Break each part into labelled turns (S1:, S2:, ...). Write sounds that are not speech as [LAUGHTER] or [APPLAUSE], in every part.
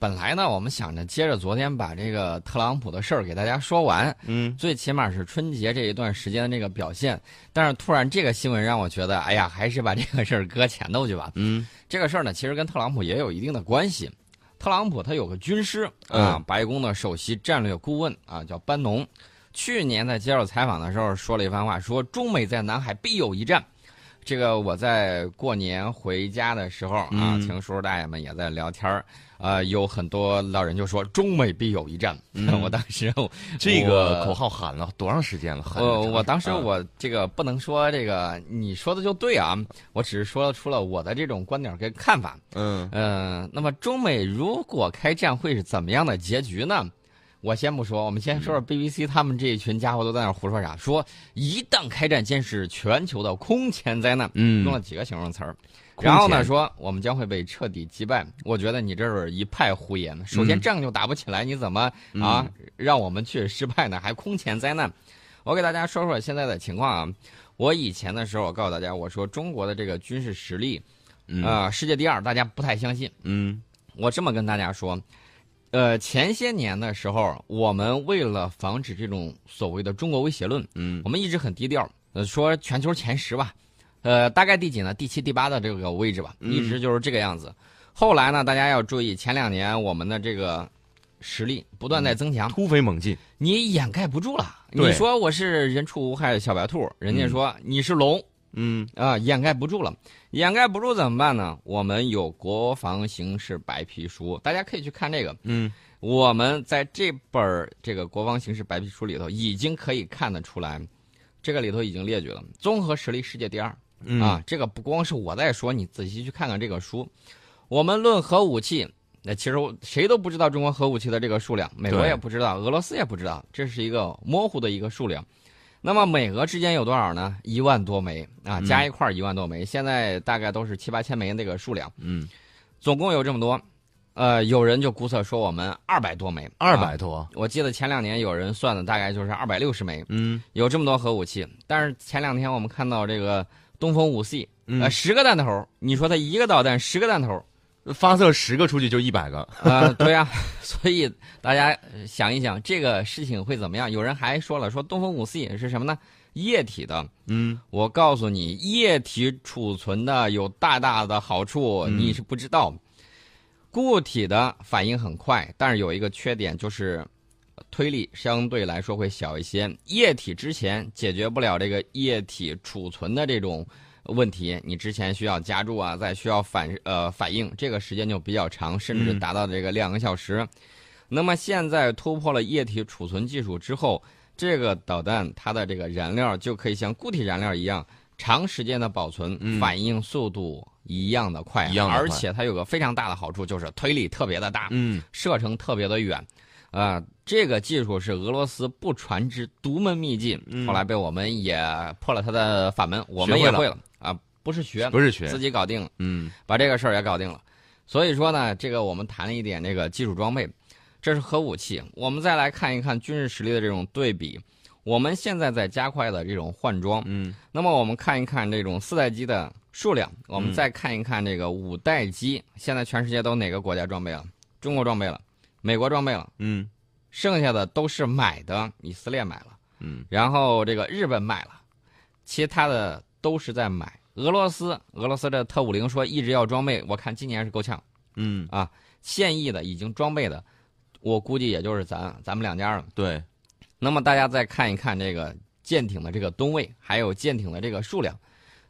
S1: 本来呢，我们想着接着昨天把这个特朗普的事儿给大家说完，
S2: 嗯，
S1: 最起码是春节这一段时间的这个表现。但是突然这个新闻让我觉得，哎呀，还是把这个事儿搁前头去吧。
S2: 嗯，
S1: 这个事儿呢，其实跟特朗普也有一定的关系。特朗普他有个军师啊
S2: 嗯，
S1: 白宫的首席战略顾问啊，叫班农。去年在接受采访的时候说了一番话，说中美在南海必有一战。这个我在过年回家的时候啊，
S2: 嗯
S1: 听叔叔大爷们也在聊天儿，呃，有很多老人就说中美必有一战。[LAUGHS]
S2: 嗯
S1: 我当时我
S2: 这个
S1: 我
S2: 口号喊了多长时间了？喊
S1: 我
S2: 了长时
S1: 我当时
S2: 啊
S1: 我这个不能说这个你说的就对啊，我只是说出了我的这种观点跟看法。
S2: 嗯
S1: 嗯，那么中美如果开战会是怎么样的结局呢？我先不说，我们先说
S2: 嗯
S1: 说 BBC 他们这一群家伙都在那儿胡说啥，说一旦开战将是全球的空前灾难，用了
S2: 嗯，
S1: 几个形容词儿。
S2: 空
S1: 然后呢，
S2: 前
S1: 说我们将会被彻底击败。我觉得你这是一派胡言。首先
S2: 嗯
S1: 仗就打不起来，你怎么啊让我们去失败呢？还空前灾难。我给大家说说现在的情况啊。我以前的时候，我告诉大家，我说中国的这个军事实力
S2: 嗯
S1: 呃，世界第二，大家不太相信。
S2: 嗯
S1: 我这么跟大家说，呃，前些年的时候，我们为了防止这种所谓的中国威胁论，
S2: 嗯
S1: 我们一直很低调，呃，说全球前十吧，呃，大概第几呢？第七、第八的这个位置吧，
S2: 嗯
S1: 一直就是这个样子。后来呢，大家要注意，前两年我们的这个实力不断在增强，
S2: 突飞猛进，
S1: 你掩盖不住了。
S2: 嗯对
S1: 你说我是人畜无害的小白兔，人家说你是龙，
S2: 嗯
S1: 啊、掩盖不住了，掩盖不住怎么办呢？我们有国防形势白皮书，大家可以去看这个。
S2: 嗯
S1: 我们在这本儿这个国防形势白皮书里头，已经可以看得出来，这个里头已经列举了综合实力世界第二、
S2: 嗯
S1: 啊。这个不光是我在说，你仔细去看看这个书。我们论核武器，那其实谁都不知道中国核武器的这个数量，美国
S2: 对
S1: 也不知道，俄罗斯也不知道，这是一个模糊的一个数量。那么美俄之间有多少呢？一万多枚啊，
S2: 嗯
S1: 加一块儿一万多枚，现在大概都是七八千枚那个数量，
S2: 嗯，
S1: 总共有这么多。呃，有人就估测说我们二百多枚，
S2: 二
S1: 啊
S2: 百多，
S1: 我记得前两年有人算的大概就是二百六十枚，
S2: 嗯
S1: 有这么多核武器。但是前两天我们看到这个东风五 C，呃，
S2: 嗯，
S1: 十个弹头，你说它一个导弹十个弹头，
S2: 发射十个出去就一百个，
S1: 呃，对呀、 [LAUGHS] 所以大家呃想一想这个事情会怎么样？有人还说了，说东风五 C 是什么呢？液体的，
S2: 嗯
S1: 我告诉你，液体储存的有大大的好处，
S2: 嗯
S1: 你是不知道。固体的反应很快，但是有一个缺点就是，呃推力相对来说会小一些。液体之前解决不了这个液体储存的这种问题，你之前需要加注啊，再需要反呃反应，这个时间就比较长，甚至
S2: 嗯
S1: 达到这个两个小时。那么现在突破了液体储存技术之后，这个导弹它的这个燃料就可以像固体燃料一样长时间的保存，
S2: 嗯
S1: 反应速度一样的快，啊
S2: 一样的快
S1: 而且它有个非常大的好处就是推力特别的大，
S2: 嗯
S1: 射程特别的远，啊、这个技术是俄罗斯不传之独门秘技，
S2: 嗯
S1: 后来被我们也破了它的法门，我们
S2: 学
S1: 也
S2: 会了
S1: 会了啊，不是学，
S2: 嗯不是学
S1: 自，己搞定了。
S2: 嗯
S1: 把这个事儿也搞定了。所以说呢，这个我们谈了一点这个技术装备，这是核武器。我们再来看一看军事实力的这种对比。我们现在在加快的这种换装，
S2: 嗯
S1: 那么我们看一看这种四代机的数量，我们
S2: 嗯
S1: 再看一看这个五代机，现在全世界都哪个国家装备了？中国装备了，美国装备了，
S2: 嗯
S1: 剩下的都是买的，以色列买了。
S2: 嗯
S1: 然后这个日本买了，其他的都是在买。俄罗斯，俄罗斯的特五零说一直要装备，我看今年是够呛。
S2: 嗯，
S1: 现役的已经装备的，我估计也就是咱咱们两家了。
S2: 对，
S1: 那么大家再看一看这个舰艇的这个吨位，还有舰艇的这个数量，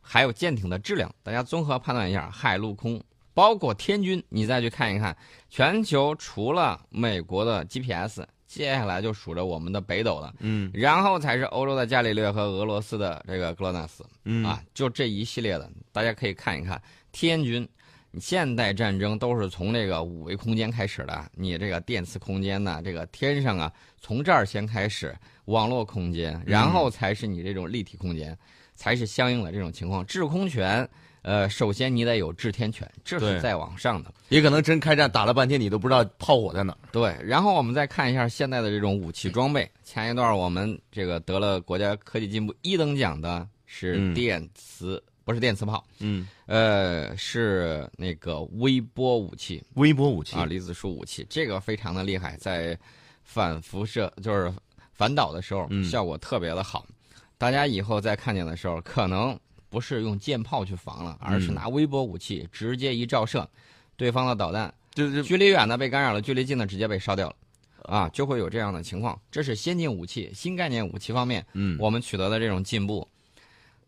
S1: 还有舰艇的质量，大家综合判断一下，海陆空包括天军，你再去看一看，全球除了美国的 GPS，接下来就数着我们的北斗了。
S2: 嗯
S1: 然后才是欧洲的伽利略和俄罗斯的这个格罗纳斯
S2: 嗯
S1: 啊，就这一系列的，大家可以看一看。天军，你现代战争都是从这个五维空间开始的，你这个电磁空间呐、这个天上啊，从这儿先开始，网络空间，然
S2: 嗯
S1: 后才是你这种立体空间，才是相应的这种情况。制空权，呃，首先你得有制天权，这
S2: 对
S1: 是再往上的。
S2: 也可能真开战打了半天，你都不知道炮火在哪儿。
S1: 对，然后我们再看一下现在的这种武器装备。前一段我们这个得了国家科技进步一等奖的是
S2: 嗯
S1: 电磁、不是电磁炮，
S2: 嗯，
S1: 呃，是那个微波武器
S2: 微波武器
S1: 啊，离子束武器，这个非常的厉害，在反辐射就是反导的时候，
S2: 嗯
S1: 效果特别的好。大家以后再看见的时候，可能不是用舰炮去防了，而是
S2: 嗯
S1: 拿微波武器直接一照射，对方的导弹
S2: 就是
S1: 距离远的被干扰了，距离近的直接被烧掉了，啊，就会有这样的情况。这是先进武器、新概念武器方面，
S2: 嗯
S1: 我们取得的这种进步。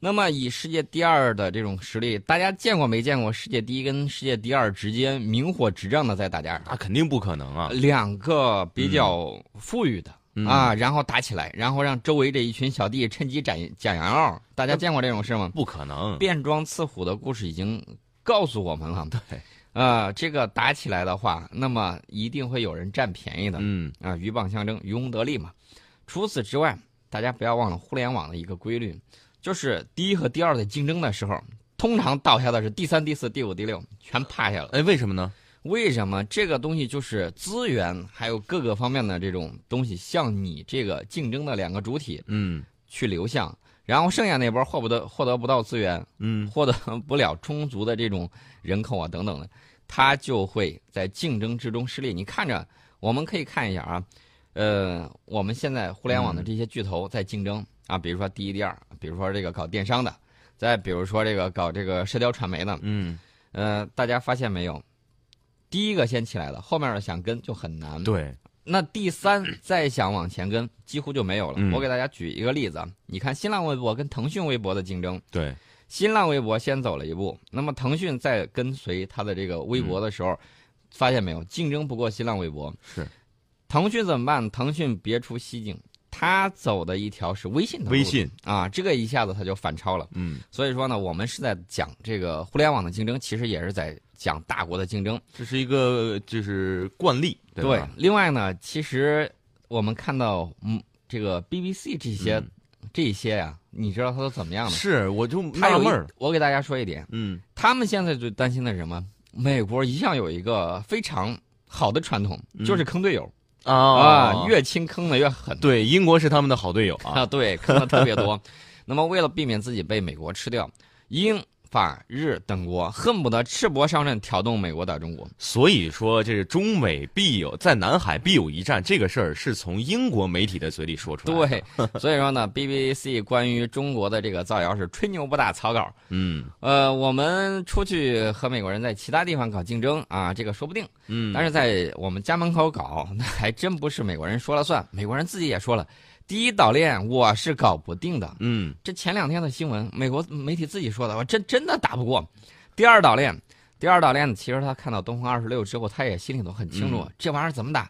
S1: 那么，以世界第二的这种实力，大家见过没见过？世界第一跟世界第二之间明火执仗的在打架，
S2: 那肯定不可能啊，
S1: 两个比较富裕的、
S2: 嗯
S1: 啊，然后打起来，然后让周围这一群小弟趁机斩假羊肉。大家见过这种事吗？
S2: 不可能，
S1: 变装刺虎的故事已经告诉我们了。
S2: 对，
S1: 呃，这个打起来的话，那么一定会有人占便宜的
S2: 嗯
S1: 啊，鹬蚌相争，渔翁得利嘛。除此之外，大家不要忘了互联网的一个规律，就是第一和第二在竞争的时候，通常倒下的是第三、第四、第五、第六，全趴下了。
S2: 哎，为什么呢？
S1: 为什么这个东西就是资源还有各个方面的这种东西向你这个竞争的两个主体
S2: 嗯
S1: 去流向，然后剩下那波获不得获得不到资源，
S2: 嗯
S1: 获得不了充足的这种人口啊等等的，他就会在竞争之中失利。你看着，我们可以看一下啊，呃，我们现在互联网的这些巨头在竞争、啊，比如说第一、第二，比如说这个搞电商的，再比如说这个搞这个社交传媒的，
S2: 嗯，
S1: 呃，大家发现没有？第一个先起来了，后面的想跟就很难。
S2: 对，
S1: 那第三再想往前跟，几乎就没有了。
S2: 嗯
S1: 我给大家举一个例子啊，你看新浪微博跟腾讯微博的竞争，
S2: 对，
S1: 新浪微博先走了一步，那么腾讯在跟随它的这个微博的时候，发现没有，竞争不过新浪微博。
S2: 是
S1: [LAUGHS] 腾讯怎么办？腾讯别出蹊径，它走的一条是微信的路
S2: 微信，
S1: 啊，这个一下子它就反超了。
S2: 嗯，
S1: 所以说呢，我们是在讲这个互联网的竞争，其实也是在讲大国的竞争。
S2: 这是一个呃就是惯例，吧？
S1: 另外呢，其实我们看到，嗯，这个 BBC 这些、
S2: 嗯
S1: 这些呀、你知道它都怎么样呢？
S2: 是，我就
S1: 它
S2: 纳
S1: 有一
S2: 闷儿，，
S1: 我给大家说一点，
S2: 嗯
S1: 他们现在最担心的是什么？美国一向有一个非常好的传统，
S2: 嗯
S1: 就是坑队友、
S2: 啊
S1: 啊，越亲坑的越狠
S2: 对，英国是他们的好队友啊，
S1: 啊，对，坑的特别多。那么为了避免自己被美国吃掉，英、法、日等国恨不得赤膊上阵挑动美国打中国。
S2: 所以说这是中美必有在南海必有一战这个事儿是从英国媒体的嘴里说 [LAUGHS] 出来的，
S1: 对，所以说呢，BBC 关于中国的这个造谣是吹牛不打草稿。
S2: 嗯
S1: 呃，我们出去和美国人在其他地方搞竞争啊，这个说不定。
S2: 嗯，
S1: 但是在我们家门口搞，那还真不是美国人说了算，美国人自己也说了，第一岛链我是搞不定的。
S2: 嗯
S1: 这前两天的新闻，美国媒体自己说的，我真真的打不过。第二岛链，第二岛链其实他看到东风二十六之后，他也心里头很清楚，
S2: 嗯
S1: 这玩意儿怎么打。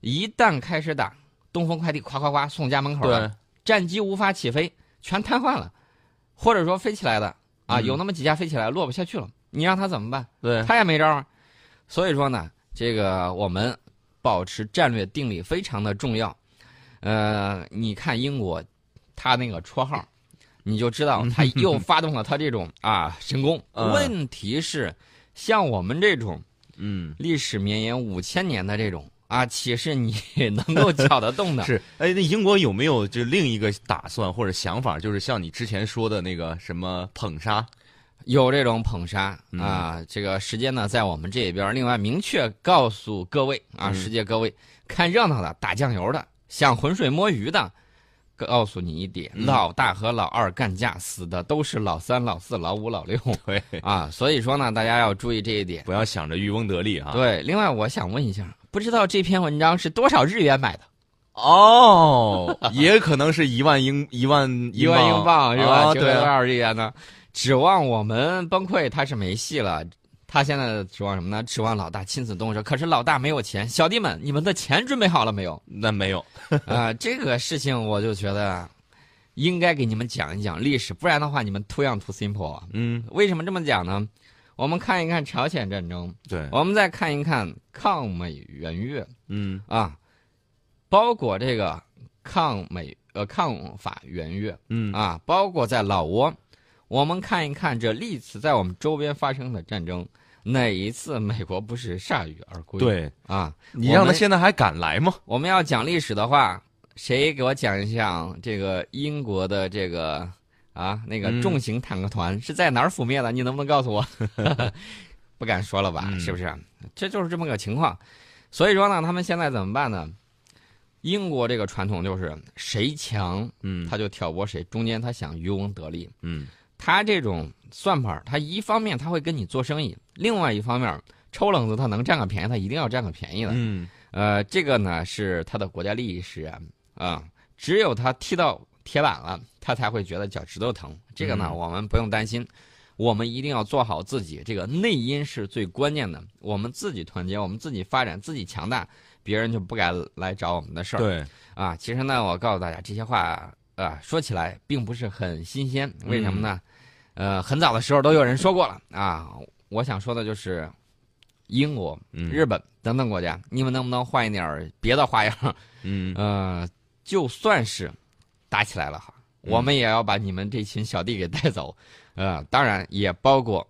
S1: 一旦开始打，东风快递夸夸夸送家门口了，
S2: 对，
S1: 战机无法起飞，全瘫痪了，或者说飞起来的啊，
S2: 嗯
S1: 有那么几架飞起来落不下去了，你让他怎么办？
S2: 对，
S1: 他也没招儿。所以说呢，这个我们保持战略定力非常的重要。呃，你看英国，他那个绰号，你就知道他又发动了他这种啊神功。
S2: 嗯
S1: 问题是，像我们这种
S2: 嗯。
S1: 历史绵延五千年的这种啊，岂是你能够搅得动的？
S2: 是，哎，那英国有没有就另一个打算或者想法，就是像你之前说的那个什么捧杀？
S1: 有这种捧杀
S2: 嗯
S1: 啊，这个时间呢在我们这边儿。另外，明确告诉各位啊，
S2: 嗯
S1: 世界各位，看热闹的、打酱油的、想浑水摸鱼的，告诉你一点：
S2: 嗯
S1: 老大和老二干架，死的都是老三、老四、老五、老
S2: [LAUGHS]
S1: 六
S2: 对，
S1: 啊。所以说呢，大家要注意这一点。
S2: 不要想着渔翁得利啊。
S1: 对，另外我想问一下，不知道这篇文章是多少日元买的？
S2: 哦，也可能是一万英一万
S1: 一万英镑是吧？
S2: 啊
S1: 九
S2: 对
S1: 百多
S2: 啊，
S1: 少日元呢？指望我们崩溃，他是没戏了。他现在指望什么呢？指望老大亲自动手。可是老大没有钱，小弟们，你们的钱准备好了没
S2: [LAUGHS]
S1: 有？
S2: 那没有，
S1: 啊、这个事情我就觉得应该给你们讲一讲历史，不然的话你们 too young too simple 啊。
S2: 嗯，
S1: 为什么这么讲呢？我们看一看朝鲜战争，
S2: 对，
S1: 我们再看一看抗美援越
S2: 嗯
S1: 啊，包括这个抗美呃抗法援越，
S2: 嗯
S1: 啊，包括在老挝，我们看一看这历次在我们周边发生的战争，哪一次美国不是铩羽而归？
S2: 对
S1: 啊，
S2: 你
S1: 我
S2: 让他
S1: 们
S2: 现在还敢来吗？
S1: 我们要讲历史的话，谁给我讲一讲这个英国的这个啊，那个
S2: 嗯
S1: 重型坦克团是在哪儿覆灭的？你能不能告
S2: [LAUGHS]
S1: 诉我？不敢说了吧，
S2: 嗯
S1: 是不是？这就是这么个情况。所以说呢，他们现在怎么办呢？英国这个传统就是谁强
S2: 嗯
S1: 他就挑拨谁，中间他想渔翁得利。
S2: 嗯
S1: 他这种算盘儿，他一方面他会跟你做生意，另外一方面儿抽冷子他能占个便宜，他一定要占个便宜的。
S2: 嗯
S1: 呃，这个呢是他的国家利益使然啊，只有他踢到铁板了，他才会觉得脚趾头疼。这个呢，
S2: 嗯
S1: 我们不用担心，我们一定要做好自己，这个内因是最关键的。我们自己团结，我们自己发展，自己强大，别人就不敢来找我们的事儿。
S2: 对，
S1: 啊，其实呢，我告诉大家，这些话啊，说起来并不是很新鲜，为什么呢？呃，很早的时候都有人说过了啊。我想说的就是，英国、
S2: 嗯
S1: 日本等等国家，你们能不能换一点儿别的花样？
S2: 嗯
S1: 呃，就算是打起来了哈，
S2: 嗯
S1: 我们也要把你们这群小弟给带走，呃，当然也包括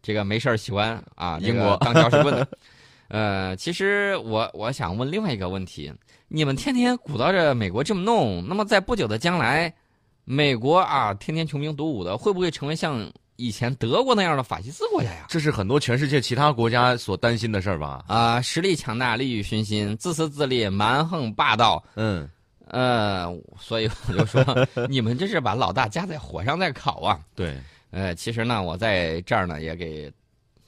S1: 这个没事儿喜欢啊，这个
S2: 英国
S1: 当搅屎棍的。 [LAUGHS] 呃，其实我我想问另外一个问题：你们天天鼓捣着美国这么弄，那么在不久的将来，美国啊天天穷兵黩武的，会不会成为像以前德国那样的法西斯国家呀？
S2: 这是很多全世界其他国家所担心的事儿吧？
S1: 啊、实力强大，利欲熏心，自私自利，蛮横霸道，
S2: 嗯
S1: 呃，所以我就说， [LAUGHS] 你们这是把老大架在火上在烤啊！
S2: 对，
S1: 呃，其实呢，我在这儿呢也给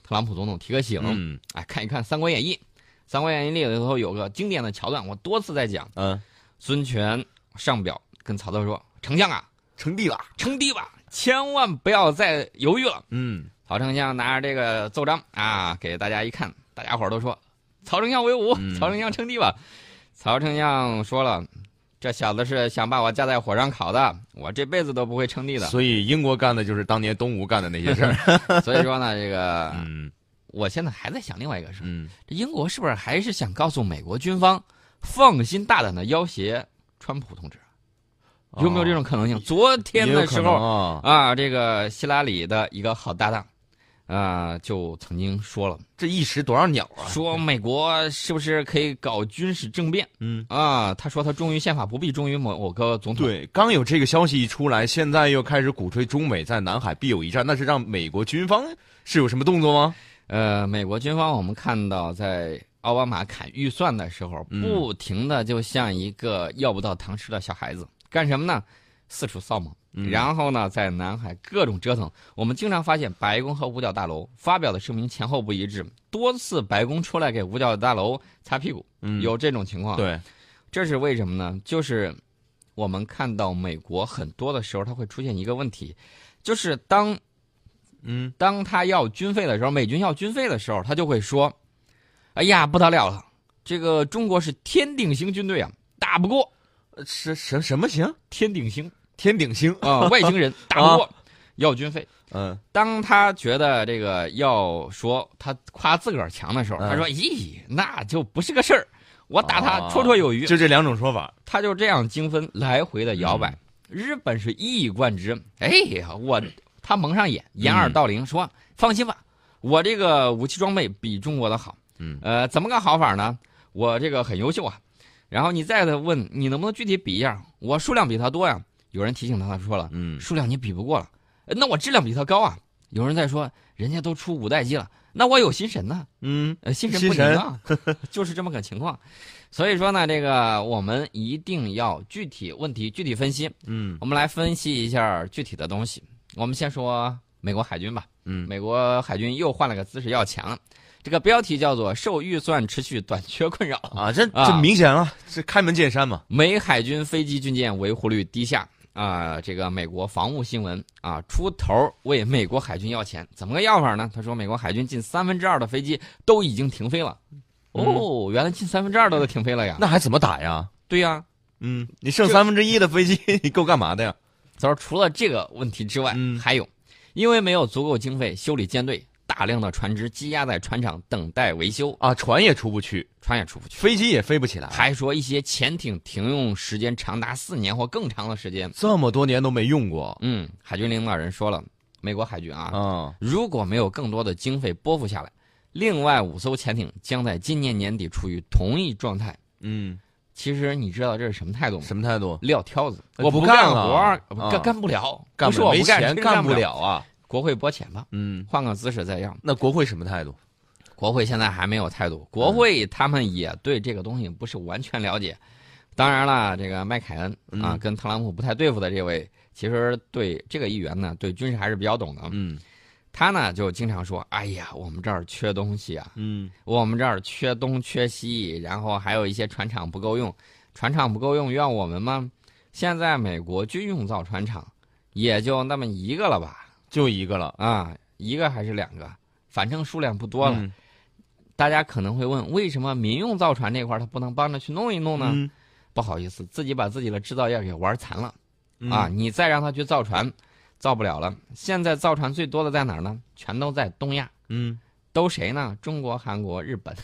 S1: 特朗普总统提个醒，
S2: 嗯
S1: 哎，看一看《三国演义》，《三国演义》里头有个经典的桥段，我多次在讲，
S2: 嗯，
S1: 孙权上表跟曹操说：“丞相啊，
S2: 成帝了，
S1: 称帝吧，千万不要再犹豫了。”
S2: 嗯
S1: 曹丞相拿着这个奏章啊，给大家一看，大家伙儿都说：“曹丞相为伍，
S2: 嗯
S1: 曹丞相称帝吧。曹丞相说了：“这小子是想把我架在火上烤的，我这辈子都不会称帝的。
S2: 所以英国干的就是当年东吴干的那些
S1: [LAUGHS]
S2: 事儿。”
S1: 所以说呢，这个
S2: 嗯
S1: 我现在还在想另外一个事儿：
S2: 嗯，
S1: 这英国是不是还是想告诉美国军方，放心大胆的要挟川普同志？有没有这种可能性？昨
S2: 哦也
S1: 天
S2: 有
S1: 的
S2: 可
S1: 时
S2: 能
S1: 候，
S2: 啊？
S1: 啊，这个希拉里的一个好搭档，啊、就曾经说了。
S2: 这一时多少鸟啊？
S1: 说美国是不是可以搞军事政变
S2: 嗯。
S1: 啊？他说他忠于宪法，不必忠于某某个总统。
S2: 对，刚有这个消息一出来，现在又开始鼓吹中美在南海必有一战，那是让美国军方是有什么动作吗？
S1: 呃，美国军方我们看到在奥巴马砍预算的时候，
S2: 嗯
S1: 不停的就像一个要不到糖吃的小孩子，干什么呢？四处扫盲，
S2: 嗯
S1: 然后呢，在南海各种折腾。我们经常发现，白宫和五角大楼发表的声明前后不一致，多次白宫出来给五角大楼擦屁股，
S2: 嗯
S1: 有啊这种情况。
S2: 对，
S1: 这是为什么呢？就是我们看到美国很多的时候，它会出现一个问题，就是当
S2: 嗯
S1: 当他要军费的时候，美军要军费的时候，他就会说：“哎呀，不得了了，这个中国是天顶星军队啊，打不过
S2: 呃什什什么星？
S1: 天顶星
S2: 天顶星？
S1: 啊、外星
S2: [LAUGHS]
S1: 人打不
S2: 啊
S1: 过，要军费。”
S2: 嗯
S1: 当他觉得这个要说他夸自个儿强的时候，
S2: 嗯
S1: 他说：“咦，那就不是个事儿，我打他绰绰有余。
S2: 啊就这两种说法。
S1: 他就这样精分来回的摇
S2: 嗯
S1: 摆。日本是一以贯之，哎呀，我他蒙上眼，
S2: 嗯
S1: 掩耳盗铃，说放心吧，我这个武器装备比中国的好。
S2: 嗯
S1: 呃，怎么个好法呢？我这个很优秀啊。然后你再问你能不能具体比一下？我数量比他多呀。有人提醒他，他说了，
S2: 嗯
S1: 数量你比不过了，呃那我质量比他高啊。有人在说，人家都出五代机了，那我有心神呢、
S2: 嗯，
S1: 呃，心神不宁啊，就是这么个情况。所以说呢，这个我们一定要具体问题具体分析。
S2: 嗯
S1: 我们来分析一下具体的东西。我们先说美国海军吧，
S2: 嗯
S1: 美国海军又换了个姿势要强，这个标题叫做“受预算持续短缺困扰，
S2: 啊，这
S1: 啊
S2: 这明显了，这开门见山嘛。
S1: 美海军飞机军舰维护率低下”。啊、这个美国防务新闻啊，出头为美国海军要钱，怎么个要法呢？他说，美国海军近三分之二的飞机都已经停飞了。哦，原来近三分之二都都停飞了呀！
S2: 嗯那还怎么打呀？
S1: 对呀、
S2: 嗯，你剩三分之一的飞机， [LAUGHS] 你够干嘛的呀？
S1: 他说除了这个问题之外，
S2: 嗯
S1: 还有，因为没有足够经费修理舰队，大量的船只积压在船厂等待维修，
S2: 啊，船也出不去，
S1: 船也出不去。
S2: 飞机也飞不起来，
S1: 还说一些潜艇停用时间长达四年或更长的时间。
S2: 这么多年都没用过
S1: 嗯，海军领导人说了，美国海军啊，
S2: 啊。
S1: 如果没有更多的经费拨付下来，另外五艘潜艇将在今年年底处于同一状态。
S2: 嗯
S1: 其实你知道这是什么态度吗？
S2: 什么态度？
S1: 撂挑子，
S2: 呃
S1: 我
S2: 不
S1: 干
S2: 干
S1: 活
S2: 啊
S1: 儿，干
S2: 啊
S1: 干不了，
S2: 干
S1: 不是我
S2: 没
S1: 不干，
S2: 钱
S1: 真
S2: 干
S1: 不
S2: 不。了啊。
S1: 国会拨钱吧，
S2: 嗯，
S1: 换个姿势再让。
S2: 那国会什么态度？
S1: 国会现在还没有态度，国会他们也对这个东西不是完全了解。当然了，这个麦凯恩啊，
S2: 嗯
S1: 跟特朗普不太对付的这位，其实对这个议员呢，对军事还是比较懂的。
S2: 嗯
S1: 他呢就经常说：“哎呀，我们这儿缺东西啊，
S2: 嗯
S1: 我们这儿缺东缺西，然后还有一些船厂不够用，船厂不够用要我们吗？现在美国军用造船厂也就那么一个了吧？
S2: 就一个了，
S1: 啊，一个还是两个，反正数量不多了。
S2: 嗯
S1: 大家可能会问，为什么民用造船这块儿他不能帮着去弄一弄呢？
S2: 嗯
S1: 不好意思，自己把自己的制造业给玩残了、
S2: 嗯
S1: 啊！你再让他去造船，造不了了。现在造船最多的在哪儿呢？全都在东亚，
S2: 嗯，啊
S1: 都谁呢？中国、韩国、日本，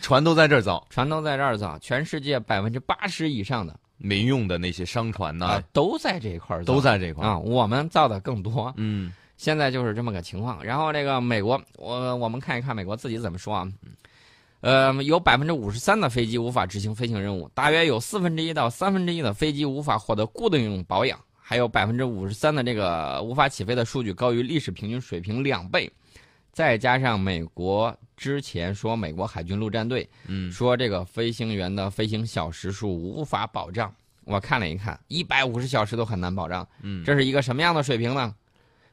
S2: 船都在这儿造，
S1: 全都在这儿造。全世界百分之八十以上的
S2: 民用的那些商船
S1: 啊、
S2: 呐，
S1: 都在这一块儿造
S2: 都在这块儿。
S1: 啊，我们造的更多。
S2: 嗯
S1: 现在就是这么个情况。然后这个美国，我我们看一看美国自己怎么说啊。呃，有百分之五十三的飞机无法执行飞行任务，大约有四分之一到三分之一的飞机无法获得固定保养，还有百分之五十三的这个无法起飞的数据高于历史平均水平两倍。再加上美国之前说美国海军陆战队
S2: 嗯
S1: 说这个飞行员的飞行小时数无法保障，我看了一看，一百五十小时都很难保障，
S2: 嗯，
S1: 这是一个什么样的水平呢？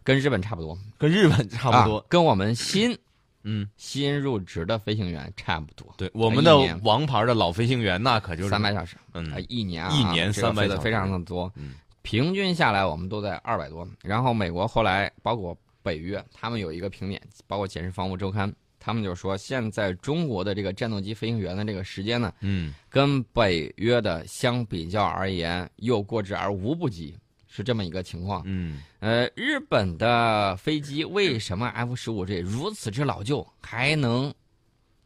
S1: 跟日本差不多。
S2: 跟日本差不
S1: 啊
S2: 多。
S1: 跟我们新
S2: 嗯，哎
S1: 新入职的飞行员差不多，
S2: 对，我们
S1: 一
S2: 的
S1: 年
S2: 王牌的老飞行员，那可就是
S1: 三百小时，呃
S2: 嗯，
S1: 一年啊，
S2: 一年
S1: 这个飞
S2: 300小
S1: 的
S2: 时
S1: 非常的多
S2: 嗯，
S1: 平均下来我们都在二百多。然后美国后来包括北约，他们有一个评点，包括《解释防务周刊》，他们就说现在中国的这个战斗机飞行员的这个时间呢，
S2: 嗯，
S1: 跟北约的相比较而言，又过之而无不及。是这么一个情况，
S2: 嗯，
S1: 呃，日本的飞机为什么 F 十五 G 如此之老旧，还能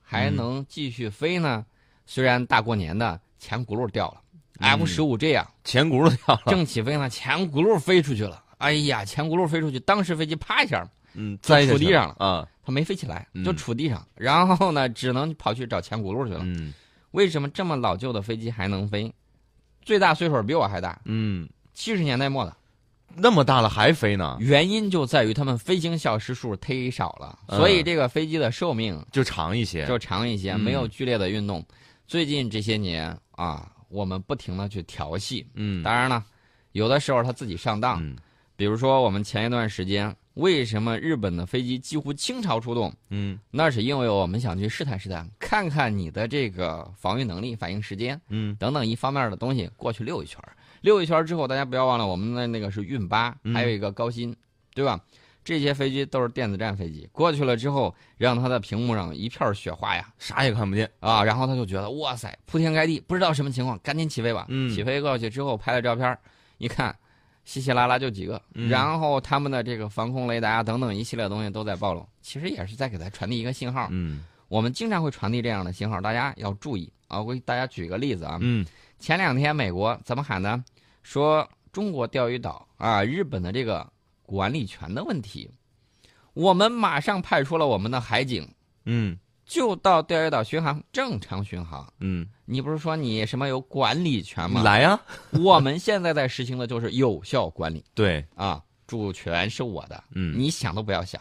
S1: 还
S2: 嗯
S1: 能继续飞呢？虽然大过年的前轱辘掉了、f
S2: 嗯
S1: 十五 G 啊，
S2: 前轱辘掉了，
S1: 正起飞呢，前轱辘飞出去了。哎呀，前轱辘飞出去，当时飞机啪一下，
S2: 嗯，栽下
S1: 杵
S2: 去
S1: 地上了
S2: 啊，
S1: 它没飞起来，
S2: 嗯
S1: 就杵地上，然后呢，只能跑去找前轱辘去了。
S2: 嗯
S1: 为什么这么老旧的飞机还能飞？最大岁数比我还大，
S2: 嗯，
S1: 七十年代末的。
S2: 那么大了还飞呢，
S1: 原因就在于他们飞行小时数忒少了，
S2: 嗯
S1: 所以这个飞机的寿命
S2: 就长一些。
S1: 就长一些，
S2: 嗯
S1: 没有剧烈的运动。最近这些年啊，我们不停的去调戏，
S2: 嗯
S1: 当然了，有的时候他自己上当。
S2: 嗯
S1: 比如说，我们前一段时间为什么日本的飞机几乎倾巢出动？
S2: 嗯
S1: 那是因为我们想去试探试探，看看你的这个防御能力、反应时间
S2: 嗯
S1: 等等一方面的东西，过去溜一圈儿。溜一圈儿之后，大家不要忘了，我们的那个是运八，
S2: 嗯
S1: 还有一个高新，对吧？这些飞机都是电子战飞机，过去了之后，让它的屏幕上一片雪花呀
S2: 啥也看不见。
S1: 啊，然后他就觉得哇塞，铺天盖地，不知道什么情况，赶紧起飞吧。
S2: 嗯
S1: 起飞过去之后拍了照片儿，一看，稀稀拉拉就几个，
S2: 嗯
S1: 然后他们的这个防空雷达等等一系列东西都在暴露，其实也是在给他传递一个信号。
S2: 嗯
S1: 我们经常会传递这样的信号，大家要注意啊！我给大家举个例子啊，
S2: 嗯
S1: 前两天美国怎么喊呢？说中国钓鱼岛啊，日本的这个管理权的问题，我们马上派出了我们的海警，
S2: 嗯
S1: 就到钓鱼岛巡航，正常巡航。
S2: 嗯，
S1: 你不是说你什么有管理权吗？
S2: 来啊呀，
S1: [LAUGHS] 我们现在在实行的就是有效管理
S2: 对，
S1: 啊，主权是我的，
S2: 嗯
S1: 你想都不要想。